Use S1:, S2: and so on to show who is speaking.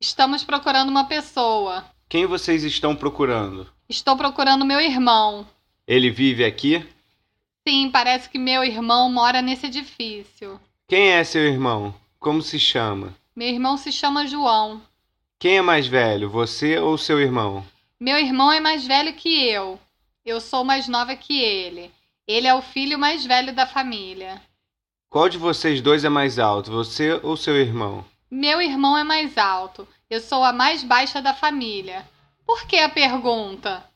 S1: Estamos procurando uma pessoa.
S2: Quem vocês estão procurando?
S1: Estou procurando meu irmão.
S2: Ele vive aqui?
S1: Sim, parece que meu irmão mora nesse edifício.
S2: Quem é seu irmão? Como se chama?
S1: Meu irmão se chama João.
S2: Quem é mais velho, você ou seu irmão?
S1: Meu irmão é mais velho que eu. Eu sou mais nova que ele. Ele é o filho mais velho da família.
S2: Qual de vocês dois é mais alto, você ou seu irmão?
S1: Meu irmão é mais alto. Eu sou a mais baixa da família. Por que a pergunta?